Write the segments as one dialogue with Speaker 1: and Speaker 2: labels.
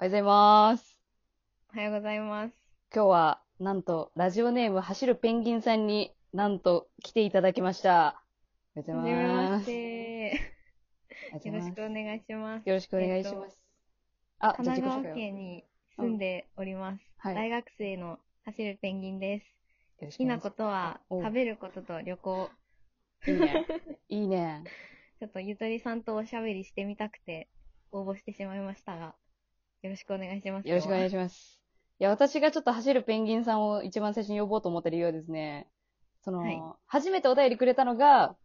Speaker 1: おはようございます。
Speaker 2: おはようございます。
Speaker 1: 今日は、なんと、ラジオネーム走るペンギンさんに、なんと、来ていただきました。おはよう
Speaker 2: は
Speaker 1: ござ
Speaker 2: じ
Speaker 1: い
Speaker 2: め
Speaker 1: ま。
Speaker 2: ますして。
Speaker 1: ありが
Speaker 2: よ
Speaker 1: とうご
Speaker 2: ろしく
Speaker 1: ざい
Speaker 2: お願いしま
Speaker 1: ます
Speaker 2: す。
Speaker 1: よろしくお願いします。あ、
Speaker 2: 神
Speaker 1: じゃあ自
Speaker 2: 奈
Speaker 1: 己紹
Speaker 2: 川
Speaker 1: 介を。
Speaker 2: 県に住んでおります。
Speaker 1: はい。
Speaker 2: 大
Speaker 1: よ
Speaker 2: 学生の走るペンギンです。
Speaker 1: ろし
Speaker 2: 好
Speaker 1: くお願
Speaker 2: きない
Speaker 1: しま
Speaker 2: ことは
Speaker 1: お
Speaker 2: 食べることと旅行。
Speaker 1: す。いいね。いいね。
Speaker 2: ちょっとゆとりさんとおしゃべりしてみたくて応募してしまいましたが、よろしくお願いします。
Speaker 1: よろしくお願い
Speaker 2: し
Speaker 1: します。いや、私がちょっと走るペンギンさんを一番最初に呼ぼうと思った理由はですね、その、
Speaker 2: はい
Speaker 1: 初めてお便りくれたのが、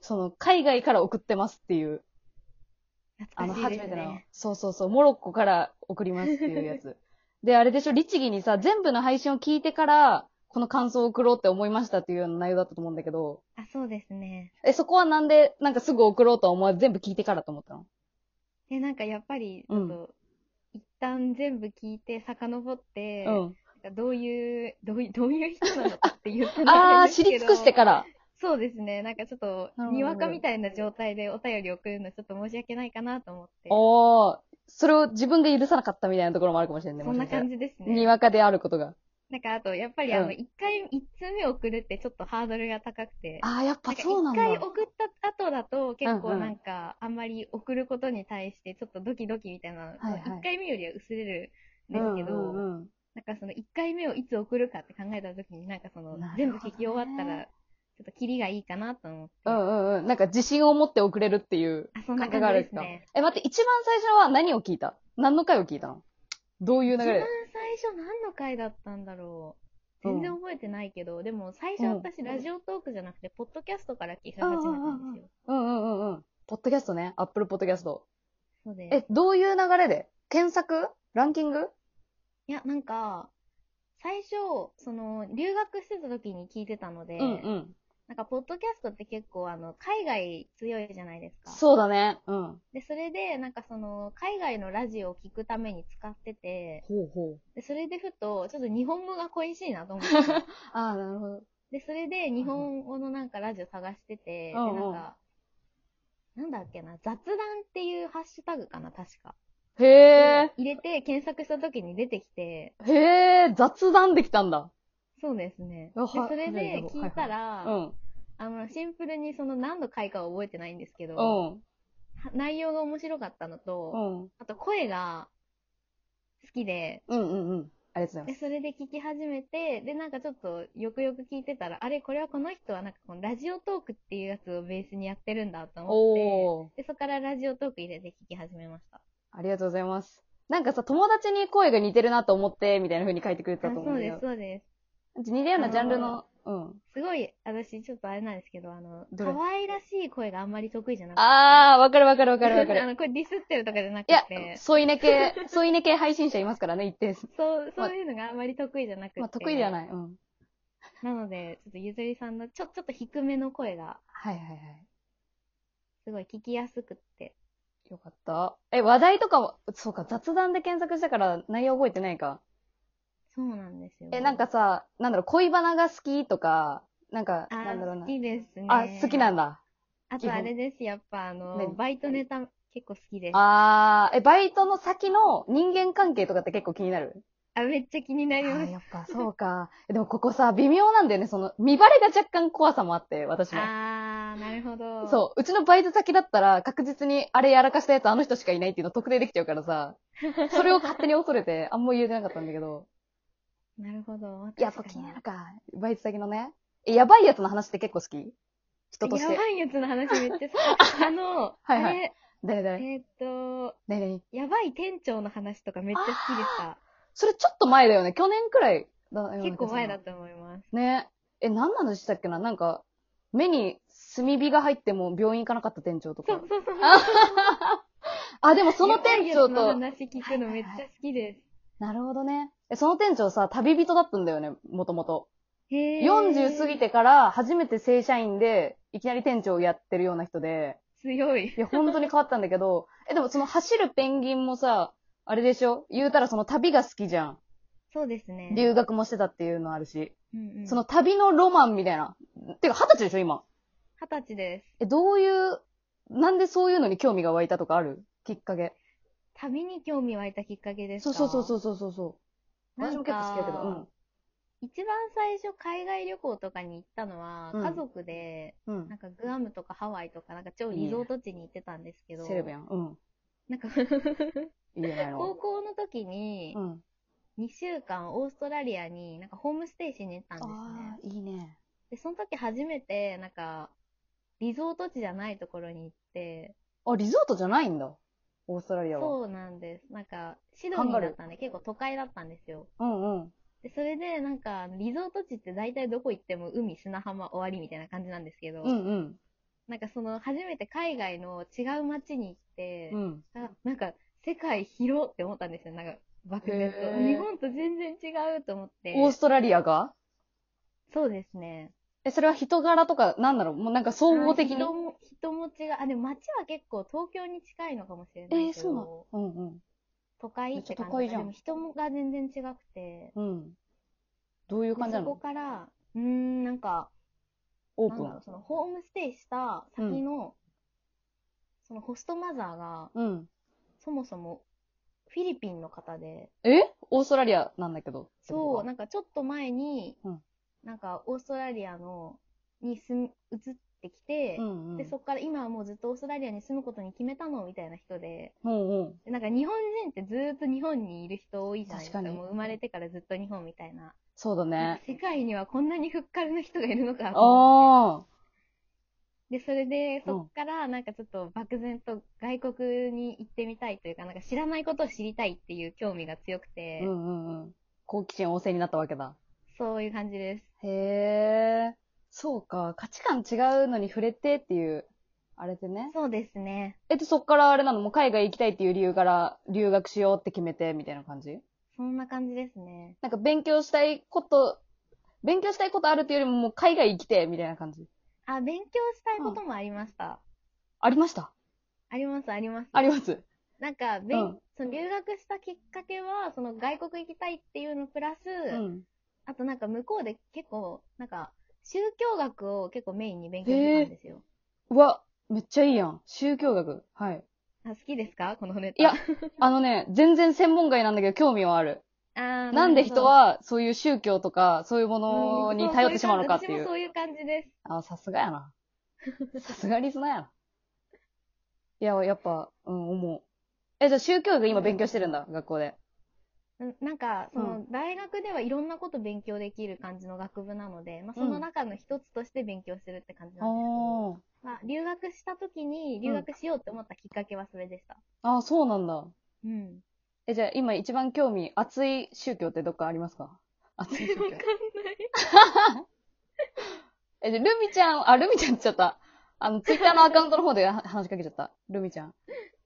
Speaker 1: その、海外から送ってますっていう、
Speaker 2: ま
Speaker 1: あの、
Speaker 2: す。懐か
Speaker 1: 初
Speaker 2: し
Speaker 1: めて
Speaker 2: いです
Speaker 1: の
Speaker 2: ね。、
Speaker 1: そうそうそう、モロッコから送りますっていうや つ。で、あれでしょ、律儀にさ、全部の配信を聞いてから、この感想を送ろうって思いましたっていうような内容だったと思うんだけど、
Speaker 2: あ、そうですね。
Speaker 1: え、そこはなんで、なんかすぐ送ろうとは思わず全部聞いてからと思ったの
Speaker 2: で、なんかやっぱり、ちょっと、一旦全部聞いて、遡って、
Speaker 1: うん。
Speaker 2: なんかどういう、どういう、 どういう人なのかって言って
Speaker 1: あ
Speaker 2: な
Speaker 1: あ、
Speaker 2: いです
Speaker 1: 知
Speaker 2: けど。
Speaker 1: り尽くしてから。
Speaker 2: そうですね。なんかちょっと
Speaker 1: なるほど、
Speaker 2: にわかみたいな状態でお便り送るのちょっと申し訳ないかなと思って。
Speaker 1: おー、それを自分が許さなかったみたいなところもあるかもしれないね。
Speaker 2: そんな感
Speaker 1: じ。
Speaker 2: じです
Speaker 1: に
Speaker 2: ね。
Speaker 1: わかであることが。
Speaker 2: なんかあと、やっぱり
Speaker 1: うん
Speaker 2: あの、一回、一通目送るってちょっとハードルが高くて。
Speaker 1: ああ、やっぱ
Speaker 2: か
Speaker 1: そうなんだ。
Speaker 2: 一回送った後だと結
Speaker 1: うん
Speaker 2: 構
Speaker 1: うん
Speaker 2: なんか、あんまり送ることに対してちょっとドキドキみたいなの
Speaker 1: はいはい
Speaker 2: 一回目よりは薄れるんで
Speaker 1: う
Speaker 2: す
Speaker 1: ん
Speaker 2: けど、
Speaker 1: うんうん
Speaker 2: なんかその1回目をいつ送るかって考えた時に、なんかその
Speaker 1: なるほどね、
Speaker 2: 全部聞き終わったら、ちょっとキリがいいかなと思って。
Speaker 1: う
Speaker 2: あ、
Speaker 1: んうんうん。なんか自信を持って送れるっていう
Speaker 2: そんな
Speaker 1: 感覚
Speaker 2: 感
Speaker 1: があるん
Speaker 2: じ
Speaker 1: で
Speaker 2: ですす
Speaker 1: か
Speaker 2: ね。
Speaker 1: え、待って、一番最初は何を聞いた何の回を聞いたのどういう
Speaker 2: 一
Speaker 1: 流
Speaker 2: 番
Speaker 1: れ
Speaker 2: 最
Speaker 1: で
Speaker 2: 初何の回だったんだろ
Speaker 1: う
Speaker 2: う。
Speaker 1: ん
Speaker 2: 全然覚えてないけど、でも最初私ラジオトークじゃなくて、ポッドキャストから聞き始めたんです
Speaker 1: う
Speaker 2: よ。
Speaker 1: んうんうんうん。ポッドキャストね。アップルポッドキャスト。
Speaker 2: そうです
Speaker 1: え、。どういう流れで検索ランキング
Speaker 2: いや、なんか、最初、その、留学してた時に聞いてたので、
Speaker 1: うんうん。
Speaker 2: なんか、ポッドキャストって結構、あの、海外強いじゃないですか。
Speaker 1: そうだね。うん。
Speaker 2: で、それで、なんかその、海外のラジオを聞くために使ってて、
Speaker 1: ほうほう。
Speaker 2: で、それでふと、ちょっと日本語が恋しいなと思 って。
Speaker 1: ああ、なるほど。
Speaker 2: で、それで日本語のなんかラジオ探してて、で、
Speaker 1: う
Speaker 2: なん
Speaker 1: うん
Speaker 2: んか、なんだっけな、雑談っていうハッシュタグかな、確か。
Speaker 1: へえ、
Speaker 2: 入れて検索した時に出てきて、
Speaker 1: へえ、雑談できたんだ。
Speaker 2: そうですね。
Speaker 1: あは
Speaker 2: で、それ
Speaker 1: はい
Speaker 2: で
Speaker 1: はい
Speaker 2: 聞いた
Speaker 1: う
Speaker 2: ら、
Speaker 1: ん。
Speaker 2: あの、シンプルにその何の回かは覚えてないんですけど、
Speaker 1: うん。
Speaker 2: は内容が面白かったのと、
Speaker 1: うん。
Speaker 2: あと声が好きで、
Speaker 1: うんうんうん。ありがとうございます
Speaker 2: で、。それで聞き始めて、で、なんかちょっと、よくよく聞いてたら、あれ、これはこの人はなんかこのラジオトークっていうやつをベースにやってるんだと思っ
Speaker 1: おー。
Speaker 2: て、で、そこからラジオトーク入れて聞き始めました。
Speaker 1: ありがとうございます。なんかさ、友達に声が似てるなと思って、みたいな風に書いてくれてた
Speaker 2: あ
Speaker 1: と思
Speaker 2: そううん
Speaker 1: だ
Speaker 2: で
Speaker 1: よ
Speaker 2: す、。そうです。
Speaker 1: 似たようなジャンルの、うん。
Speaker 2: すごい、私、ちょっとあれなんですけど、あの、
Speaker 1: どれ
Speaker 2: 可愛らしい声があんまり得意じゃなくて。
Speaker 1: あー、わかるわかるわかるわか
Speaker 2: あ
Speaker 1: る。
Speaker 2: の、これディスってるとかじゃなく
Speaker 1: いや
Speaker 2: て、、
Speaker 1: 添い寝系、 添い寝系配信者いますからね、一定数。
Speaker 2: そう、そういうのがあんまり得意じゃなくて。。
Speaker 1: まあ、得意ではいない。うん。
Speaker 2: なので、ちょっとゆずりさんの、ちょ、ちょっと低めの声が、
Speaker 1: はいはいはい。
Speaker 2: すごい聞きやすくって。
Speaker 1: よかった。え、話題とかも、そうか、雑談で検索したから内容覚えてないか。
Speaker 2: そうなんですよ。
Speaker 1: え、なんかさ、なんだろう、恋バナが好きとか、なんか、
Speaker 2: あー、
Speaker 1: なんだろうな
Speaker 2: 好。きですね。
Speaker 1: あ、好きなんだ。
Speaker 2: あとあれです。やっぱあの
Speaker 1: 何、
Speaker 2: バイトネタ結構好きです。あ
Speaker 1: あー、え、バイトの先の人間関係とかって結構気になる
Speaker 2: めっちゃ気に
Speaker 1: あ
Speaker 2: なりま
Speaker 1: ー
Speaker 2: す。
Speaker 1: やっぱそうか。でもここさ、微妙なんだよね。その、見バレが若干怖さもあって、私も。
Speaker 2: あー、なるほど。う。
Speaker 1: そう。うちのバイト先だったら、確実に、あれやらかしたやつあの人しかいないっていうの特定できちゃうから さ、それを勝手に恐れて、あんま言えてなかったんだけど。
Speaker 2: なるほど。
Speaker 1: やっぱ
Speaker 2: 確
Speaker 1: 気
Speaker 2: か
Speaker 1: にな
Speaker 2: に
Speaker 1: るか。バイト先のね。え、やばいやつの話って結構好き人とし
Speaker 2: や
Speaker 1: て。
Speaker 2: ばいやつの話めっちゃ、 あの、
Speaker 1: はいはい
Speaker 2: あれ
Speaker 1: 誰
Speaker 2: え
Speaker 1: 誰
Speaker 2: ーっと、
Speaker 1: 誰々
Speaker 2: やばい店長の話とかめっちゃ好きでした。
Speaker 1: それちょっと前だよね。去年くらいだよね
Speaker 2: 結構前だと思います。
Speaker 1: ねえ、何なのでしたっけななんか、目に炭火が入っても病院行かなかった店長と
Speaker 2: そ
Speaker 1: か
Speaker 2: う。そうそう。
Speaker 1: あ、でもその店長
Speaker 2: やばいやつの
Speaker 1: と、
Speaker 2: 話聞くのめっちゃ好きです。
Speaker 1: なるほどね。えその店長さ、旅人だったんだよね、もともと。
Speaker 2: へー
Speaker 1: 40過ぎてから初めて正社員で、いきなり店長をやってるような人で、
Speaker 2: 強い
Speaker 1: い。や、本当に変わったんだけど、 え、でもその走るペンギンもさ、あれでしょ言うたらその旅が好きじゃん。
Speaker 2: そうですね。
Speaker 1: 留学もしてたっていうのあるし。
Speaker 2: うんうん
Speaker 1: その旅のロマンみたいな。てか、二十歳でしょ今。
Speaker 2: 二十歳です。
Speaker 1: え、どういう、なんでそういうのに興味が湧いたとかあるきっかけ。
Speaker 2: 旅に興味湧いたきっかけです
Speaker 1: そう
Speaker 2: か。
Speaker 1: そうそうそううそうそうそう。
Speaker 2: なん
Speaker 1: 私
Speaker 2: か
Speaker 1: も結構好きやけど。
Speaker 2: 一番最初海外旅行とかに行ったのは、
Speaker 1: うん
Speaker 2: 家族で、
Speaker 1: うん。
Speaker 2: なんかグアムとかハワイとか、なんか超リゾート地に行ってたんですけ
Speaker 1: う
Speaker 2: ど、
Speaker 1: ん。セレブやん。うん。
Speaker 2: なんか
Speaker 1: いいじゃない
Speaker 2: 高
Speaker 1: の。
Speaker 2: 校の時に
Speaker 1: う、ん。
Speaker 2: 2週間オーストラリアになんかホームステイしに行ったんです
Speaker 1: あ
Speaker 2: ね。
Speaker 1: あ、いいね。
Speaker 2: で、その時初めて、なんか、リゾート地じゃないところに行って、
Speaker 1: あ、リゾートじゃないんだ。オーストラリアは。
Speaker 2: そうなんです。なんか、シ
Speaker 1: カ
Speaker 2: ド
Speaker 1: ン
Speaker 2: ニ
Speaker 1: ガ
Speaker 2: ー
Speaker 1: ル
Speaker 2: だ
Speaker 1: ー
Speaker 2: ったんで、結構都会だったんですよ。
Speaker 1: うんうん。
Speaker 2: で、それで、なんか、リゾート地って大体どこ行っても海、砂浜、終わりみたいな感じなんですけど、
Speaker 1: うんうん。
Speaker 2: なんかその、初めて海外の違う街に行って、
Speaker 1: うん。
Speaker 2: あなんか、世界広って思ったんですよ。なんか、漠然と。
Speaker 1: へー
Speaker 2: 日本と全然違うと思って。
Speaker 1: オーストラリアが
Speaker 2: そうですね。
Speaker 1: え、それは人柄とか、なんだろうもうなんか総合的に。
Speaker 2: 人も、人も違う。あ、でも街は結構東京に近いのかもしれ
Speaker 1: え
Speaker 2: ない
Speaker 1: ー、
Speaker 2: け
Speaker 1: そうな
Speaker 2: ど
Speaker 1: の、うんうん。
Speaker 2: 都会
Speaker 1: めっ
Speaker 2: って感
Speaker 1: ちゃ都会
Speaker 2: じ。
Speaker 1: じゃん
Speaker 2: でも人もが全然違くて。
Speaker 1: うん。どういう
Speaker 2: で
Speaker 1: 感じな
Speaker 2: そこ
Speaker 1: の
Speaker 2: から、うーん、なんか、
Speaker 1: オ
Speaker 2: な
Speaker 1: ー
Speaker 2: ん
Speaker 1: プ
Speaker 2: だ
Speaker 1: ン
Speaker 2: ろう、。そのホームステイした先の、そのホストマザーが、
Speaker 1: うん。
Speaker 2: そもそもフィリピンの方で、
Speaker 1: えオーストラリアなんだけど。
Speaker 2: そう、
Speaker 1: う。
Speaker 2: なんかちょっと前に、
Speaker 1: うん
Speaker 2: なんかオーストラリアの、に住む移ってきて、
Speaker 1: うんうん。
Speaker 2: で、そこから今はもうずっとオーストラリアに住むことに決めたのみたいな人で、
Speaker 1: うんうん。
Speaker 2: なんか日本人ってずーっと日本にいる人多いじゃないですか。
Speaker 1: 確かに
Speaker 2: もう生まれてからずっと日本みたいな。
Speaker 1: そうだね。
Speaker 2: 世界にはこんなにふっかるの人がいるのかと思
Speaker 1: あ
Speaker 2: っ
Speaker 1: あ。
Speaker 2: て。で、それで、そっからなんかちょっと漠然と外国に行ってみたいというか、なんか知らないことを知りたいっていう興味が強くて、
Speaker 1: うんうんうん。好奇心旺盛になったわけだ。
Speaker 2: そういう感じです。
Speaker 1: へえ。そうか。価値観違うのに触れてっていう、あれでね。
Speaker 2: そうですね。
Speaker 1: えっと、そっからあれなのもう海外行きたいっていう理由から留学しようって決めてみたいな感じ
Speaker 2: そんな感じですね。
Speaker 1: なんか勉強したいこと、勉強したいことあるっていうよりももう海外行きてみたいな感じ。
Speaker 2: あ、勉強したいこともありました。
Speaker 1: ありました
Speaker 2: あります、あります。
Speaker 1: あります。
Speaker 2: なんか、勉
Speaker 1: うん
Speaker 2: その留学したきっかけは、その外国行きたいっていうのプラス、
Speaker 1: うん。
Speaker 2: あとなんか向こうで結構、なんか、宗教学を結構メインに勉強してたんですよ。
Speaker 1: うわ、めっちゃいいやん。宗教学。はい。
Speaker 2: あ好きですかこのネタ。
Speaker 1: いや、あのね、全然専門外なんだけど興味はある。
Speaker 2: あー
Speaker 1: なんで
Speaker 2: る
Speaker 1: 人
Speaker 2: ほど
Speaker 1: はそういう宗教とかそういうもの
Speaker 2: うん
Speaker 1: に
Speaker 2: そ
Speaker 1: 頼ってしまうのかって
Speaker 2: そ
Speaker 1: いう
Speaker 2: いう感
Speaker 1: う。
Speaker 2: じ私もそういう感じです。
Speaker 1: あ、さすがやな。さすがリスナーやな。いや、やっぱ、うん、思う。え、じゃあ宗教学今勉強してるんだ、学校で。
Speaker 2: うんなんか、そうの、大学ではいろんなこと勉強できる感じの学部なので、まあ、
Speaker 1: うん
Speaker 2: その中の一つとして勉強してるって感じなんですけど、
Speaker 1: あ
Speaker 2: まあ、留学した時に留学しようって思ったきっかけはそれでした。
Speaker 1: あ。あ、そうなんだ。
Speaker 2: うん。
Speaker 1: え、じゃあ今一番興味、熱い宗教ってどっかありますか熱い宗教。 え、じゃあルミちゃん、あ、ルミちゃんって言っちゃった。あの、ツイッターのアカウントの方では話しかけちゃった。ルミちゃん。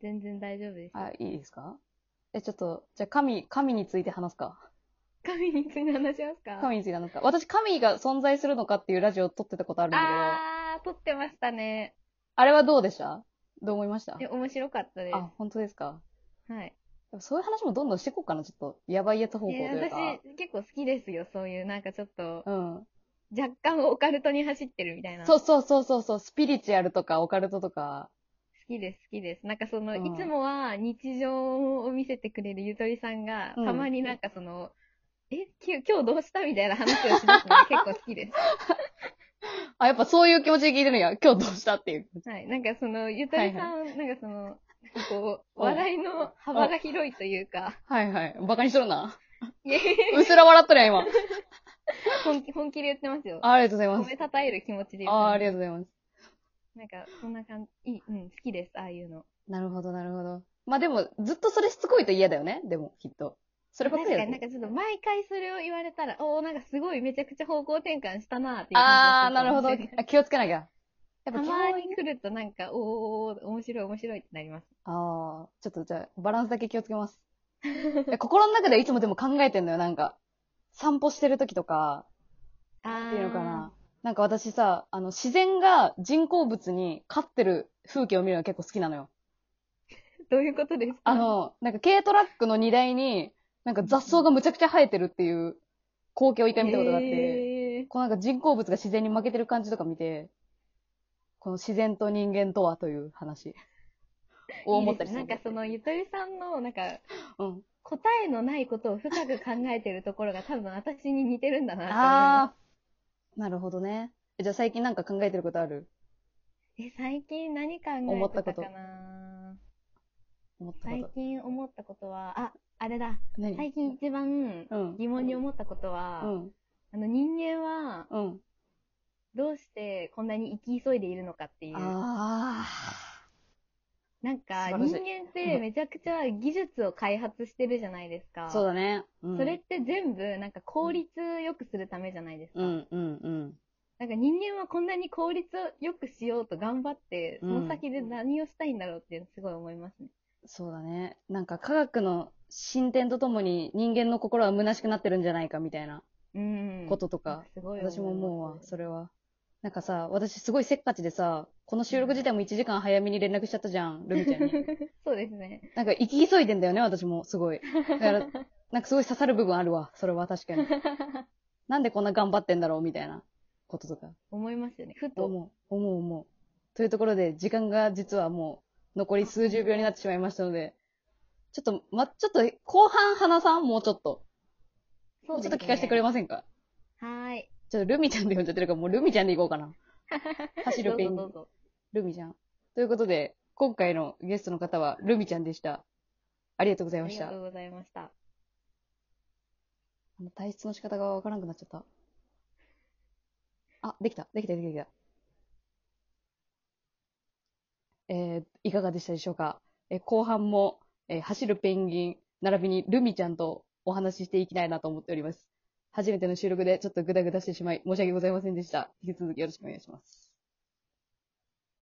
Speaker 2: 全然大丈夫です。
Speaker 1: あ、いいですかえ、ちょっと、じゃあ神、神について話すか。
Speaker 2: 神について話しますか
Speaker 1: 神について話すか。私、神が存在するのかっていうラジオを撮ってたことあるんだけど、あ
Speaker 2: あー、撮ってましたね。
Speaker 1: れはどうでしたどう思いました
Speaker 2: え、面白かったです。
Speaker 1: あ、本当ですか
Speaker 2: はい。
Speaker 1: でもそういう話もどんどんしていこうかな、ちょっと。やばいやつ方向と
Speaker 2: いや
Speaker 1: いうか。
Speaker 2: 私、結構好きですよ。そういう、なんかちょっと、
Speaker 1: うん。
Speaker 2: 若干オカルトに走ってるみたいな。
Speaker 1: そうそ
Speaker 2: 好
Speaker 1: うそうそうそう、スピリチュアルとかオカルトとか。
Speaker 2: きです、好きです。なんかその、
Speaker 1: うん
Speaker 2: いつもは日常を見せてくれるゆとりさんが、
Speaker 1: うん
Speaker 2: たまになんかその、え、きゅ今日どうしたみたいな話をしますのが結構好きで
Speaker 1: あ、やっぱそういう気持ちで聞いてるんや。今日どうしたっていう。
Speaker 2: す。はい。なんかその、ゆとりさん、なんかその、こう、
Speaker 1: うん
Speaker 2: 笑いの幅が広いというか、
Speaker 1: はいはい。バカにしとるな。
Speaker 2: いやいや
Speaker 1: うっすら笑っとるやん、今。
Speaker 2: 本気、本気で言ってますよ。
Speaker 1: あありがとうございま
Speaker 2: 褒
Speaker 1: す
Speaker 2: め。たたえる気持ちで言って
Speaker 1: ああ、
Speaker 2: ま
Speaker 1: あ
Speaker 2: す
Speaker 1: りがとうございます。
Speaker 2: なんか、そんな感じ、いい、うん、好きです、ああいうの。
Speaker 1: なるほど、なるほど。まあでも、ずっとそれしつこいと嫌だよね。でも、きっと。そればっ
Speaker 2: 確
Speaker 1: かり
Speaker 2: か
Speaker 1: だ
Speaker 2: になん
Speaker 1: ね。
Speaker 2: かちょっと毎回それを言われたら、おおなんかすごいめちゃくちゃ方向転換したなーっていう
Speaker 1: ああ、
Speaker 2: 感じ
Speaker 1: なるほど。
Speaker 2: がする
Speaker 1: あ気をつけなきゃ。や
Speaker 2: た
Speaker 1: っぱ
Speaker 2: ま
Speaker 1: 教
Speaker 2: に
Speaker 1: 員。
Speaker 2: 来るとなんか、おーおー面白い面白いってなります。
Speaker 1: ああ、ちょっとじゃあ、バランスだけ気をつけます。いや心の中ではいつもでも考えてんのよ、なんか。散歩してる時とか、
Speaker 2: あ
Speaker 1: っていうのかな。なんか私さ、あの、自然が人工物に飼ってる風景を見るのが結構好きなのよ。
Speaker 2: どういうことですか
Speaker 1: あ、の、なんか軽トラックの荷台に、なんか雑草がむちゃくちゃ生えてるっていう光景を一回見たことがあって、
Speaker 2: へー
Speaker 1: こうなんか人工物が自然に負けてる感じとか見て、この自然と人間とはという話。を思ったり
Speaker 2: いいですなんかその、ゆとりさんの、なんか、
Speaker 1: うん。
Speaker 2: 答えのないことを深く考えてるところが多分私に似てるんだなって思います
Speaker 1: ああ。なるほどね。えじゃあ最近なんか考えてることある
Speaker 2: え、最近何考
Speaker 1: 思
Speaker 2: え
Speaker 1: った
Speaker 2: て
Speaker 1: こ
Speaker 2: た
Speaker 1: と
Speaker 2: かな
Speaker 1: 思ったこ
Speaker 2: 最
Speaker 1: と。
Speaker 2: 近思ったことは、あ、あれだ。
Speaker 1: 何
Speaker 2: 最近一番
Speaker 1: うん。
Speaker 2: 疑問に思ったことは、
Speaker 1: うん。
Speaker 2: あの人間は
Speaker 1: うん。
Speaker 2: どうしてこんなに生き急いでいるのかっていう。
Speaker 1: あ
Speaker 2: なんか
Speaker 1: 素晴らし
Speaker 2: 人
Speaker 1: い
Speaker 2: 間ってめちゃくちゃ技術を開発してるじゃないです
Speaker 1: あ。
Speaker 2: か。
Speaker 1: そうだね。うん
Speaker 2: それって全部なんか効率よくするためじゃないですか。
Speaker 1: うんうんうん。
Speaker 2: なんか人間はこんなに効率を良くしようと頑張って、
Speaker 1: う
Speaker 2: そ
Speaker 1: ん
Speaker 2: の先で何をしたいんだろうってすごい思いますね。
Speaker 1: そうだね。なんか科学の進展とともに人間の心は虚しくなってるんじゃないかみたいな
Speaker 2: うん。
Speaker 1: こととか。
Speaker 2: すごい
Speaker 1: 私も思うわ
Speaker 2: 思い、ます
Speaker 1: それは。なんかさ、私すごいせっかちでさ、この収録自体も1時間早めに連絡しちゃったじゃん、ルミちゃ んに。
Speaker 2: そうですね。
Speaker 1: なんか生き急いでんだよね、私も、すごい。だから、なんかすごい刺さる部分あるわ、それは確 かに。なんでこんな頑張ってんだろう、みたいなこととか。
Speaker 2: 思いますよね。ふと。
Speaker 1: 思う、思う、思う。というところで、時間が実はもう、残り数十秒になってしまいましたので、ちょっと、ま、ちょっと、後半話さんもうちょっと。
Speaker 2: そ
Speaker 1: も
Speaker 2: う
Speaker 1: う
Speaker 2: で
Speaker 1: ちょ
Speaker 2: す
Speaker 1: っ
Speaker 2: ね
Speaker 1: と聞かせてくれませんか
Speaker 2: はーい。
Speaker 1: ちょっとルミちゃんで呼んじゃってるから、もうルミちゃんでいこうか な。走る
Speaker 2: どう
Speaker 1: ペ
Speaker 2: ぞ
Speaker 1: ン
Speaker 2: どうぞ。
Speaker 1: ルミちゃん。ということで、今回のゲストの方はルミちゃんでした。ありがとうござい
Speaker 2: あ
Speaker 1: ま
Speaker 2: り
Speaker 1: した。
Speaker 2: が
Speaker 1: あ
Speaker 2: とうございました。
Speaker 1: の体質の仕方がわからなくなっちゃった。あ、できた、できた、できた、できた。えーいかがでしたでしょうか。えー後半も、えー走るペンギン、並びにルミちゃんとお話ししていきたいなと思っております。初めての収録でちょっとグダグダしてしまい、申し訳ございませんでした。引き続きよろしくお願いします。